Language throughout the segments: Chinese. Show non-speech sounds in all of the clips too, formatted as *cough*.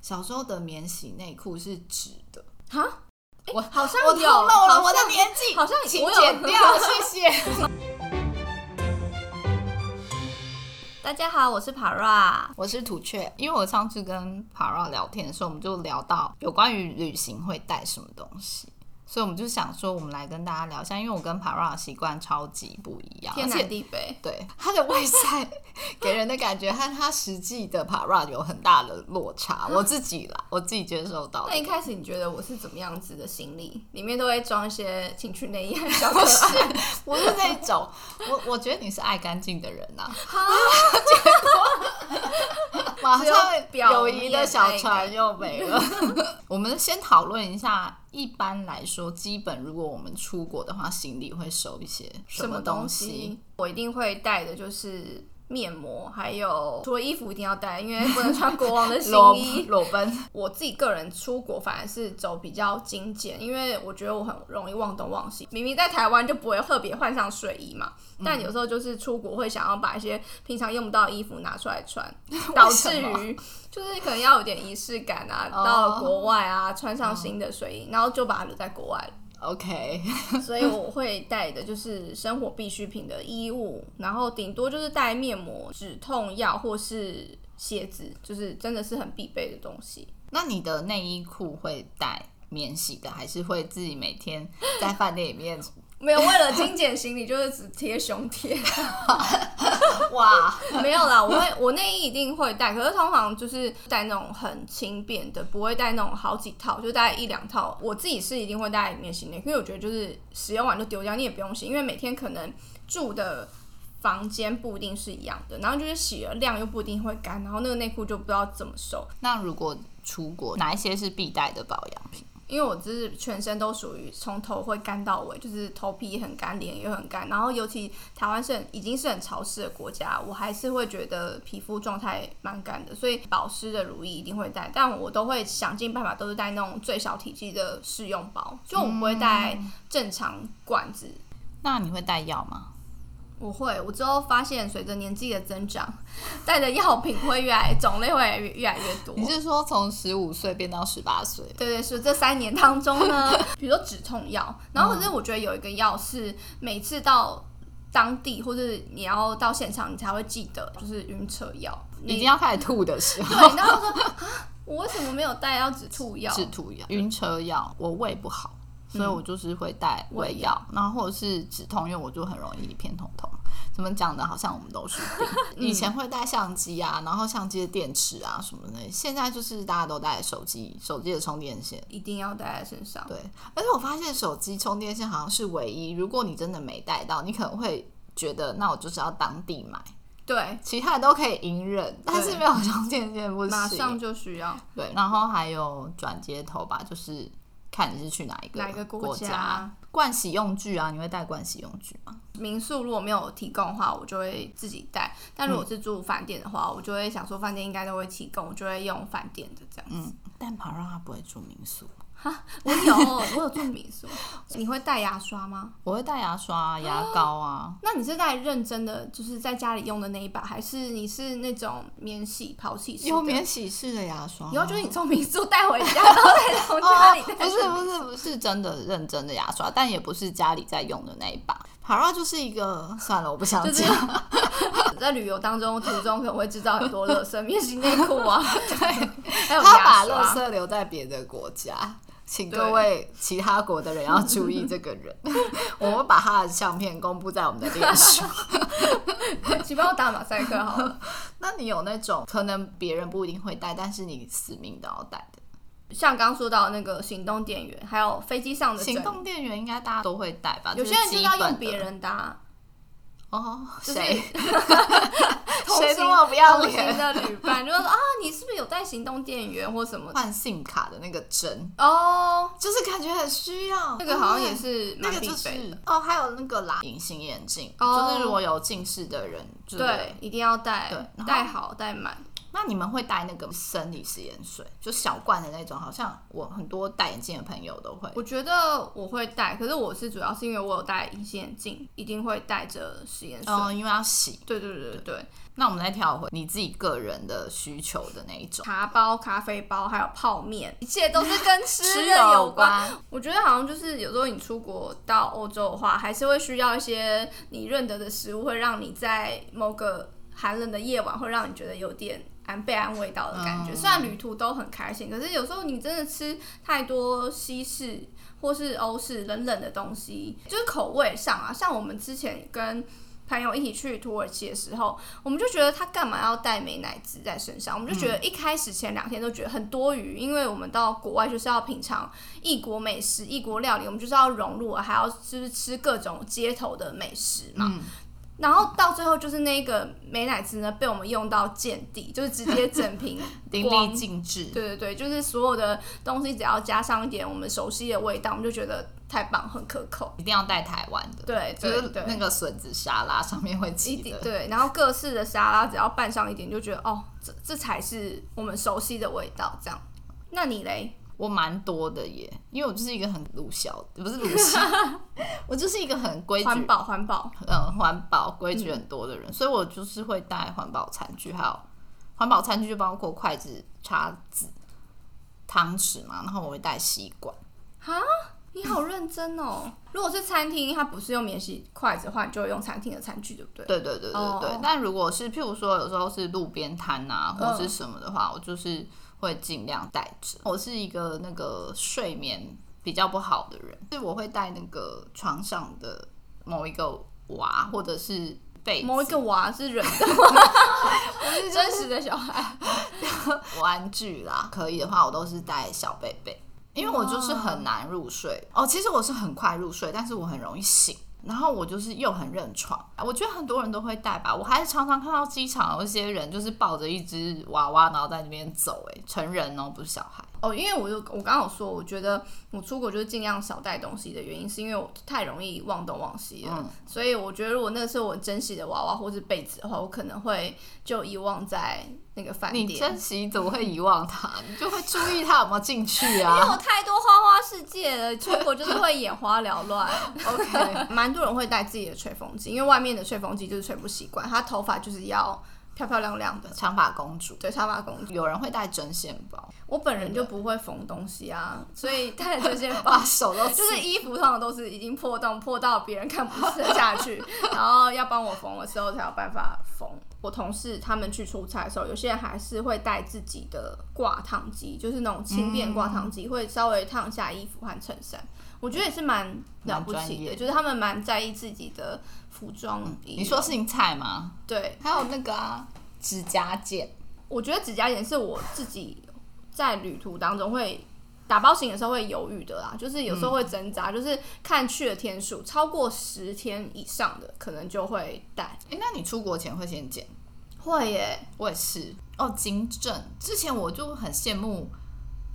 小时候的免洗内裤是直的。哈，我好像哎我有透露了好我的像年纪，好像请我有剪 *laughs* 掉， *laughs* 谢谢。大家好，我是 Para。我是土雀，因为我上次跟 Para 聊天的时候，我们就聊到有关于旅行会带什么东西。所以我们就想说，我们来跟大家聊一下，因为我跟 Para 的习惯超级不一样，天而且南地北，对他的外在 *laughs* 给人的感觉和他实际的 Para 有很大的落差。我自己啦，我自己接受到的那一开始你觉得我是怎么样子的行李？里面都会装一些情趣内衣， *laughs* 小可爱。我是那种，我我觉得你是爱干净的人呐、啊，结果只马有上表友面谊的小船又没了。 *laughs* 我们先讨论一下，一般来说，基本如果我们出国的话，行李会收一些么东西？？我一定会带的就是面膜，还有除了衣服一定要带，因为不能穿 *laughs* 国王的新裸衣。裸奔，我自己个人出国反而是走比较精简，因为我觉得我很容易忘东忘西。明明在台湾就不会特别换上睡衣嘛，但有时候就是出国会想要把一些平常用不到的衣服拿出来穿，导致于就是可能要有点仪式感啊，哦到了国外啊穿上新的睡衣，然后就把它留在国外了。 OK， *laughs* 所以我会带的就是生活必需品的衣物，然后顶多就是带面膜、止痛药或是鞋子，就是真的是很必备的东西。那你的内衣裤会带免洗的，还是会自己每天在饭店里 *laughs* 面？没有为了精简行李，就是只贴胸贴。 *laughs* 哇，没有啦，我会我内衣一定会带，可是通常就是带那种很轻便的，不会带那种好几套，就带一两套。我自己是一定会带免洗内裤，因为我觉得就是使用完就丢掉，你也不用洗，因为每天可能住的。房间不一定是一样的，然后就是洗了量又不一定会干，然后那个内裤就不知道怎么收，那如果出国，哪一些是必带的保养品？因为我就是全身都属于从头会干到尾，就是头皮也很干，脸也很干。然后尤其台湾是很已经是很潮湿的国家，我还是会觉得皮肤状态蛮干的，所以保湿的乳液一定会带，但我都会想尽办法都是带那种最小体积的试用包，就我不会带正常罐子。那你会带药吗？我会，我之后发现随着年纪的增长，带的药品会越来种类会越越来越多。你是说从十五岁变到十八岁？对对，是这三年当中呢， *laughs* 比如说止痛药，然嗯后可是我觉得有一个药是每次到当地或者你要到现场，你才会记得，就是晕车药。已经你要开始吐的时候，对，然后说啊，我为什么没有带要止吐药？止吐药、晕车药，我胃不好，所以我就是会带胃药，然后或者是止痛，因为我就很容易偏头痛。怎么讲的？好像我们都是病。以前会带相机啊，然后相机的电池啊什么的，现在就是大家都带手机，手机的充电线。一定要带在身上。对，而且我发现手机充电线好像是唯一，如果你真的没带到，你可能会觉得那我就是要当地买，对，其他的都可以隐忍，但是没有充电线不行。马上就需要对，然后还有转接头吧，就是看你是去哪一个哪个国国家盥洗用具啊，你会带盥洗用具吗？民宿如果没有提供的话，我就会自己带；但如果是住饭店的话，我就会想说饭店应该都会提供，我就会用饭店的这样子。嗯，但跑让他不会住民宿，啊我有，我有住民宿。你会带牙刷吗？我会带牙刷、啊、牙膏 *gasps* 啊。那你是在认真的，就是在家里用的那一把，还是你是那种免洗抛弃式的？有免洗式的牙刷吗，以后就是你从民宿带回家，然后再 *laughs* 从家里带哦不是不是不是真的认真的牙刷，但也不是家里在用的那一把。Para 就是一个算了，我不想就讲。是 *laughs* 在旅游当中途中可能会制造很多垃圾，免洗内裤 *laughs* 啊，还有他把牙垃刷。圾留在别的国家，请对各位其他国的人要注意这个人。 *laughs* 我们把他的相片公布在我们的脸书。请帮我打马赛克好了。那你有那种可能别人不一定会带，但是你死命都要带的？像刚说到那个行动电源，还有飞机上的行枕动啊电源应该大家都会带吧？有这些人基就是要本用的别人的、啊，哦，就是谁？同谁行这么不要同行脸？的旅伴就会说啊，你是不是有带行动电源或什么 *laughs* 的？换信卡的那个针，哦、就是感觉很需要。那个好像也是。是哦那蛮个必就是备的，哦，还有那个啦，隐形眼镜哦就是如果有近视的人，就是对，一定要带对然，后带好带满。那你们会带那个生理食盐水，就小罐的那种？好像我很多戴眼镜的朋友都会。我觉得我会戴，可是我是主要是因为我有戴隐形眼镜，一定会带着食盐水。嗯，因为要洗。对对对对对，那我们再跳回你自己个人的需求的那一种。茶包、咖啡包还有泡面，一切都 *laughs* 是跟吃吃的有有关。关，我觉得好像就是有时候你出国到欧洲的话，还是会需要一些你认得的食物，会让你在某个寒冷的夜晚，会让你觉得有点安被安慰到的感觉。嗯虽然旅途都很开心，可是有时候你真的吃太多西式或是欧式冷冷的东西，就是口味上啊，像我们之前跟。朋友一起去土耳其的时候，我们就觉得他干嘛要带美乃滋在身上？我们就觉得一开始前两天都觉得很多余，因为我们到国外就是要品尝异国美食、异国料理，我们就是要融入，还要就是吃各种街头的美食嘛。嗯，然后到最后就是那个美乃滋呢，被我们用到见底，就是直接整瓶 *laughs* 淋光漓尽致。对对对，就是所有的东西只要加上一点我们熟悉的味道，我们就觉得太棒，很可口。一定要带台湾的，对就对是对，那个笋子沙拉上面会一起点的。对，然后各式的沙拉只要拌上一点，就觉得哦，这这才是我们熟悉的味道。这样，那你嘞？我蛮多的耶，因为我就是一个很鲁小，不是鲁 *laughs* 小，我就是一个很规矩环保嗯环保，嗯环保规矩很多的人，所以我就是会带环保餐具，还有环保餐具就包括筷子、叉子、汤匙嘛，然后我会带吸管。你好认真哦。如果是餐厅，它不是用免洗筷子的话，你就会用餐厅的餐具，对不对？对对对对哦对。但如果是譬如说有时候是路边摊啊，嗯或是什么的话，我就是会尽量带着。我是一个那个睡眠比较不好的人，是我会带那个床上的某一个娃或者是被子某一个娃是人的， *laughs* 不是真实的小孩。玩具啦，可以的话，我都是带小贝贝，因为我就是很难入睡哦。其实我是很快入睡，但是我很容易醒，然后我就是又很认床。我觉得很多人都会带吧，我还是常常看到机场有一些人就是抱着一只娃娃，然后在那边走、欸，成人哦，不是小孩。哦，因为我就我刚刚有说，我觉得我出国就是尽量少带东西的原因，是因为我太容易忘东忘西了。嗯所以我觉得，如果那个是我珍惜的娃娃或是被子的话，我可能会就遗忘在那个饭你店。珍惜怎么会遗忘它？你就会注意它有没有进去因 *laughs* 为啊我太多花花世界了，出国就是会眼花缭 *laughs* 乱。 ？OK，蛮多人会带自己的吹风机，因为外面的吹风机就是吹不习惯，它头发就是要漂漂亮亮的。长发公主，对，插发工具，有人会带针线包，我本人就不会缝东西啊，所以带了这些包把手都就就是衣服通常都是已经破洞，破到别人看不下去，然后要帮我缝的时候才有办法缝。我同事他们去出差的时候，有些人还是会带自己的挂烫机，就是那种轻便挂烫嗯机，会稍微烫一下衣服和衬衫。我觉得也是蛮了不蛮专起业嗯的，就是他们蛮在意自己的服装仪容。你说是你菜吗？对，还有那个啊，指甲剪。我觉得指甲剪是我自己在旅途当中会打包行李的时候会犹豫的啦，就是有时候会挣扎，就是看去的天数超过十天以上的，可能就会带。哎、那你出国前会先剪？欸会耶，我也是哦，金正。之前我就很羡慕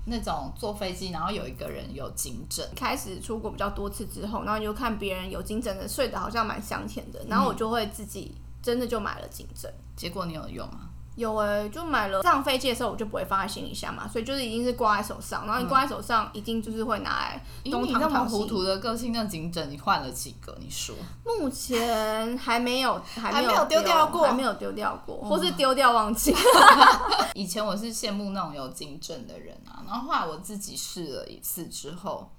那种坐飞机，然后有一个人有金正，开始出国比较多次之后，然后你就看别人有金针的睡得好像蛮香甜的，然后我就会自己真的就买了金针。结果你有用吗？有诶、就买了。上飞机的时候我就不会放在行李箱嘛，所以就是一定是挂在手上，然后你挂在手上一定就是会拿来以东你躺那么躺西糊涂的个性，那金正你换了几个？你说 *laughs* 目前还没有，还还没有丢掉过哦还没有丢掉过，或是丢掉忘记。 *laughs* 以前我是羡慕那种有金正的人啊，然后后来我自己试了一次之后，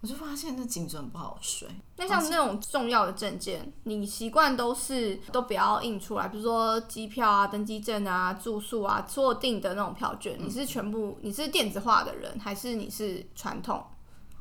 我就发现那金正不好睡。那像那种重要的证件，你习惯都是都不要印出来，比如说机票啊、登机证啊、住宿啊、坐定的那种票券，嗯你是全部你是电子化的人，还是你是传统？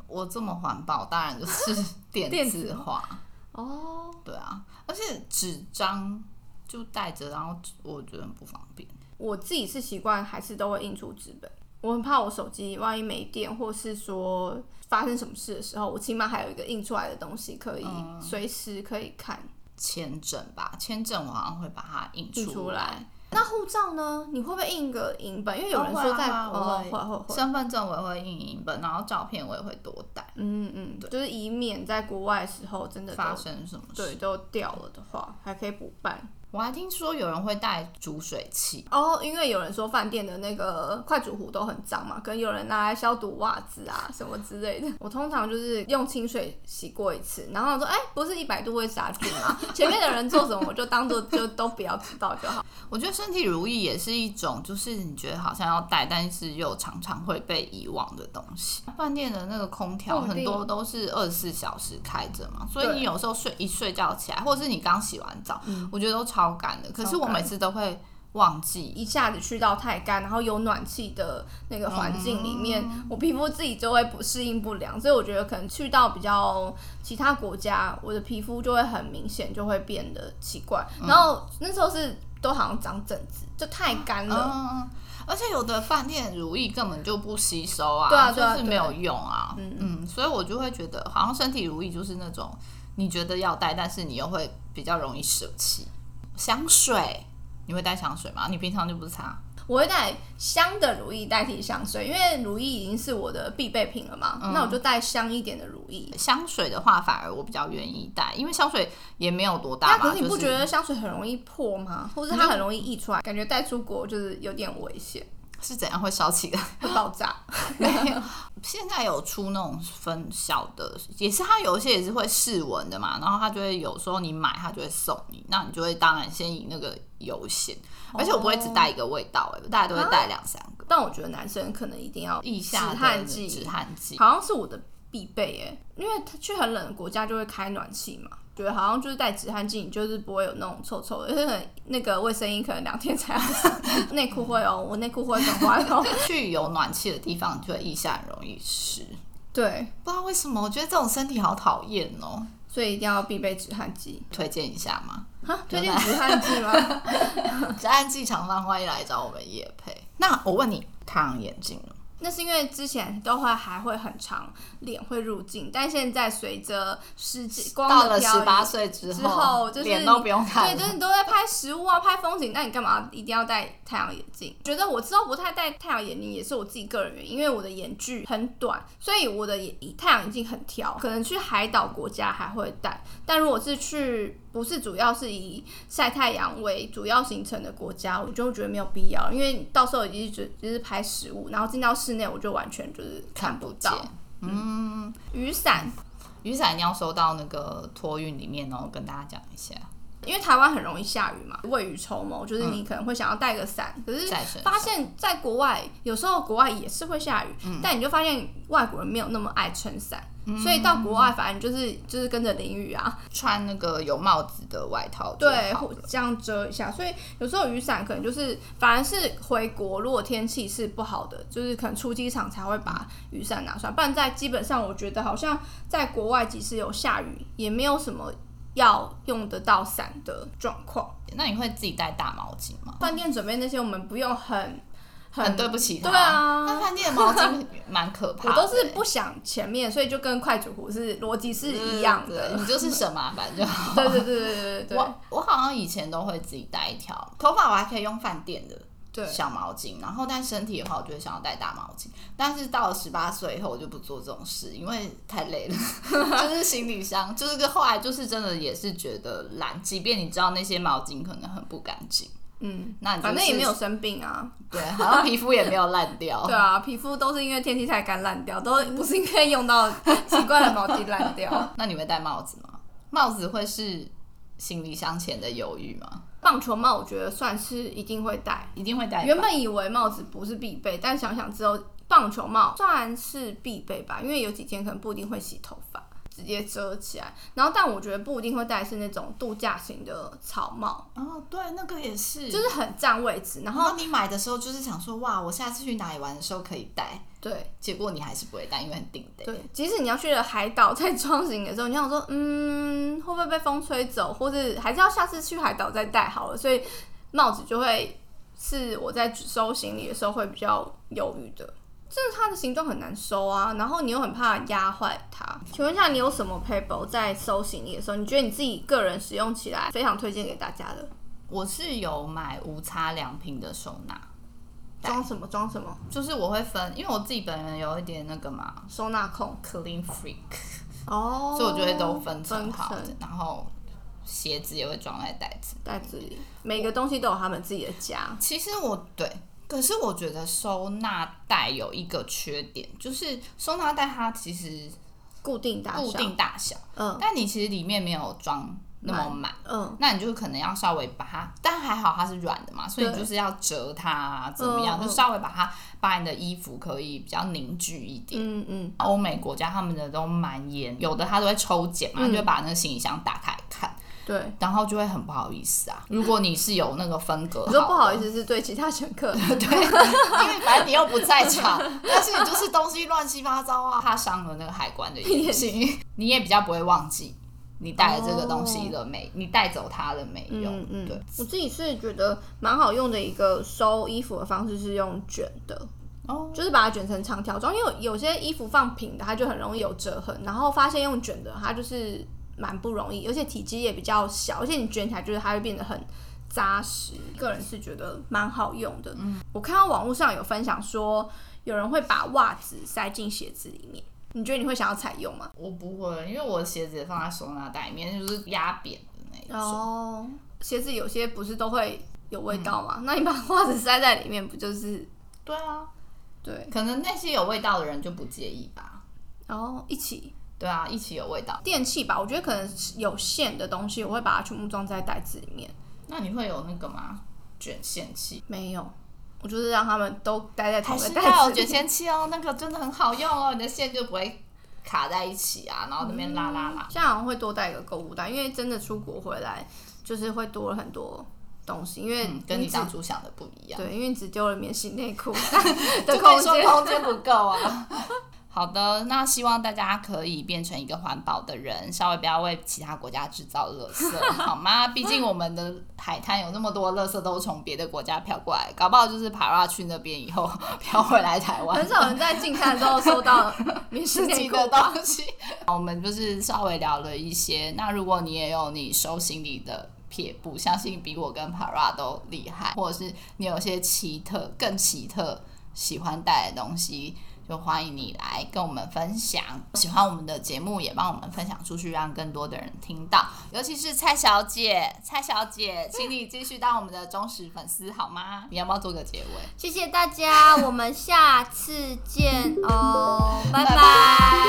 我这么环保，当然就是 *laughs* 电电子子化。哦，对啊，而且纸张就带着，然后我觉得很不方便。我自己是习惯还是都会印出纸本。我很怕我手机万一没电，或是说发生什么事的时候，我起码还有一个印出来的东西可以嗯随时可以看。签证吧，签证我好像会把它印印出出来。那护照呢？你会不会印个银本？因为有人哦说在会啊哦，会会啊会会，身份证我也会印影本，然后照片我也会多带。嗯嗯，就是以免在国外的时候真的发都生什么事？对都掉了的话，还可以补办。我还听说有人会带煮水器，哦，因为有人说饭店的那个快煮壶都很脏嘛，跟有人拿来消毒袜子啊什么之类的。我通常就是用清水洗过一次，然后说，哎、不是一百度会杀菌吗？ *laughs* 前面的人做什么，我就当做就都不要知道就好。我觉得身体如意也是一种，就是你觉得好像要带，但是又常常会被遗忘的东西。饭店的那个空调哦一定很多都是二十四小时开着嘛，所以对你有时候睡一睡觉起来，或者是你刚洗完澡，我觉得都超赶的。可是嗯超我赶每次都会忘记。一下子去到太干，然后有暖气的那个环境里面，哦我皮肤自己就会不适应不良，所以我觉得可能去到比较其他国家，我的皮肤就会很明显就会变得奇怪。嗯然后那时候是都好像长疹子，就太干了。嗯，而且有的饭店如意根本就不吸收啊，对啊对啊就是没有用啊。嗯嗯，所以我就会觉得，好像身体如意就是那种你觉得要带，但是你又会比较容易舍弃。香水，你会带香水吗？你平常就不是擦？我会带香的乳液代替香水，因为乳液已经是我的必备品了嘛，嗯那我就带香一点的乳液。香水的话，反而我比较愿意带，因为香水也没有多大那嘛。可是你不就觉得香水很容易破吗？或是它很容易溢出来，感觉带出国就是有点危险，是怎样会烧起来？会爆炸。现在有出那种分小的，也是它有一些也是会试闻的嘛，然后它就会有时候你买它就会送你，那你就会当然先以那个优先，哦而且我不会只带一个味道、欸，大家都会带两三个。但我觉得男生可能一定要腋下止的汗剂，止汗剂，好像是我的必备耶，因为他去很冷的国家就会开暖气嘛，觉得好像就是带止汗剂，你就是不会有那种臭臭的，因为 *laughs* 可能那个卫生衣可能两天才要 *laughs* 洗，内裤会哦，我内裤会转换 *laughs* 哦，去有暖气的地方，你就会腋下很容易湿。对，不知道为什么，我觉得这种身体好讨厌哦，所以一定要必备止汗剂。啊推荐一下嘛。哈，推荐止汗剂吗？只按季常方欢迎来找我们叶配。那我问你，太阳眼镜了 *laughs* 那是因为之前都会还会很长，脸会入镜，但现在随着时间光到的了漂移十八岁之之后就是脸都不用看对，就了。是你都在拍食物啊，拍风景，那你干嘛一定要戴太阳眼镜？觉得我之后不太戴太阳眼镜，也是我自己个人原因，因为我的眼距很短，所以我的眼太阳眼镜很挑。可能去海岛国家还会戴，但如果是去不是主要是以晒太阳为主要行程的国家，我就觉得没有必要，因为你到时候已经只只是拍食物，然后进到室内我就完全就是看不不见到。雨伞雨伞你要收到那个托运里面哦，跟大家讲一下。因为台湾很容易下雨嘛，未雨绸缪，就是嗯你可能会想要带个伞，可是在身上发现，在国外有时候国外也是会下雨，但你就发现外国人没有那么爱撑伞，所以到国外反正就是就是跟着淋雨啊，穿那个有帽子的外套就对，啊好或这样遮一下。所以有时候雨伞可能就是，反而是回国如果天气是不好的，就是可能出机场才会把雨伞拿出来，不然在基本上我觉得好像在国外即使有下雨，也没有什么要用得到伞的状况。那你会自己带大毛巾吗？饭店准备那些，我们不用很很对不起他。对啊但饭店的毛巾蛮可怕我的。都是不想前面，所以就跟快煮壶是逻辑是一样对的。你就是省麻烦就好。对对对对 *laughs* 对对对我我好像以前都会自己带一条，头发我还可以用饭店的。对小毛巾，然后但身体的话，我就会想要带大毛巾。但是到了十八岁以后，我就不做这种事，因为太累 *laughs* 了，就是行李箱，就是个后来就是真的也是觉得懒，即便你知道那些毛巾可能很不干净，嗯，那你、就是、反正也没有生病啊。对，好像皮肤也没有烂掉 *laughs* 对。啊，皮肤都是因为天气太干烂掉，都不是因为用到奇怪的毛巾烂掉。那你会戴帽子吗？帽子会是行李箱前的犹豫吗？棒球帽我觉得算是一定会戴，一定会戴吧。原本以为帽子不是必备，但想想之后，棒球帽算是必备吧，因为有几天可能不一定会洗头发，直接遮起来。然后，但我觉得不一定会戴是那种度假型的草帽，哦，对，那个也是，就是很占位置。然然后，后你买的时候就是想说，哇，我下次去哪里玩的时候可以戴，对结果你还是不会戴，因为很顶的。对，即使你要去了海岛，在装行的时候，你想说， *laughs* 嗯，会不会被风吹走，或者还是要下次去海岛再戴好了。所以，帽子就会是我在收行李的时候会比较犹豫的。就是它的形状很难收啊，然后你又很怕压坏它。请问一下，你有什么 paper 在收行李的时候，你觉得你自己个人使用起来非常推荐给大家的？我是有买无擦良品的收纳，装什么装什么？就是我会分，因为我自己本人有一点那个嘛收纳控，clean freak，、哦所以我就会都分分层好层的，然后鞋子也会装在袋子。袋子里，每个东西都有他们自己的家。其实我对，可是我觉得收纳袋有一个缺点，就是收纳袋它其实固定大小，固定大小，嗯但你其实里面没有装那么满。嗯，那你就可能要稍微把它，但还好它是软的嘛，所以你对就是要折它、啊，怎么样，嗯嗯就稍微把它把你的衣服可以比较凝聚一点。嗯嗯，欧美国家他们的都蛮严，有的他都会抽检嘛，嗯就会把那个行李箱打开看，对。然后就会很不好意思啊。如果你是有那个分隔，你说不好思。意思是对其他乘客，对，因为反正你又不在场，但是你就是东西乱七八糟啊，怕伤了那个海关的眼睛，你也比较不会忘记你带了这个东西了没，你带走它了没有？哦嗯嗯对，，我自己是觉得蛮好用的一个收衣服的方式是用卷的，哦，就是把它卷成长条状，因为有有些衣服放平的，它就很容易有折痕，然后发现用卷的，它就是蛮不容易，而且体积也比较小，而且你卷起来就是它会变得很扎实。个人是觉得蛮好用的。嗯，我看到网络上有分享说，有人会把袜子塞进鞋子里面，你觉得你会想要采用吗？我不会，因为我的鞋子也放在收纳袋里面，就是压扁的那一种。哦，嗯鞋子有些不是都会有味道吗？那你把袜子塞在里面，不就是对啊，对？可能那些有味道的人就不介意吧。然后一起对啊，一起有味道，电器吧，我觉得可能是有线的东西，我会把它全部装在袋子里面。那你会有那个吗？卷线器。没有，我就是让他们都待在同还一个是袋要有子卷。里线器哦，那个真的很好用哦，你的线就不会卡在一起啊，然后那边拉拉拉。现在好像会多带一个购物袋，因为真的出国回来就是会多了很多东西，因为嗯，跟你只当初想的不一样，对，因为你只丢了棉洗内 *laughs* 裤的就可空以说间。空间不够啊。 *laughs* 好的，那希望大家可以变成一个环保的人，稍微不要为其他国家制造垃圾，好 *laughs* 吗？毕竟我们的海滩有那么多垃圾都从别的国家飘过来，搞不好就是爬拉去那边以后 *laughs* 飘回来台湾 *laughs* 很。少人在进餐的时候收到 *laughs* 棉洗自内己裤的吧？东西， *laughs* 我们就是稍微聊了一些。那如果你也有你收行李的撇步，相信比我跟 Para 都厉害，或者是你有些奇特、更奇特喜欢带的东西，就欢迎你来跟我们分享。喜欢我们的节目，也帮我们分享出去，让更多的人听到。尤其是蔡小姐，蔡小姐，请你继续当我们的忠实粉丝好吗？你要不要做个结尾？ *laughs* 谢谢大家，我们下次见哦，拜拜拜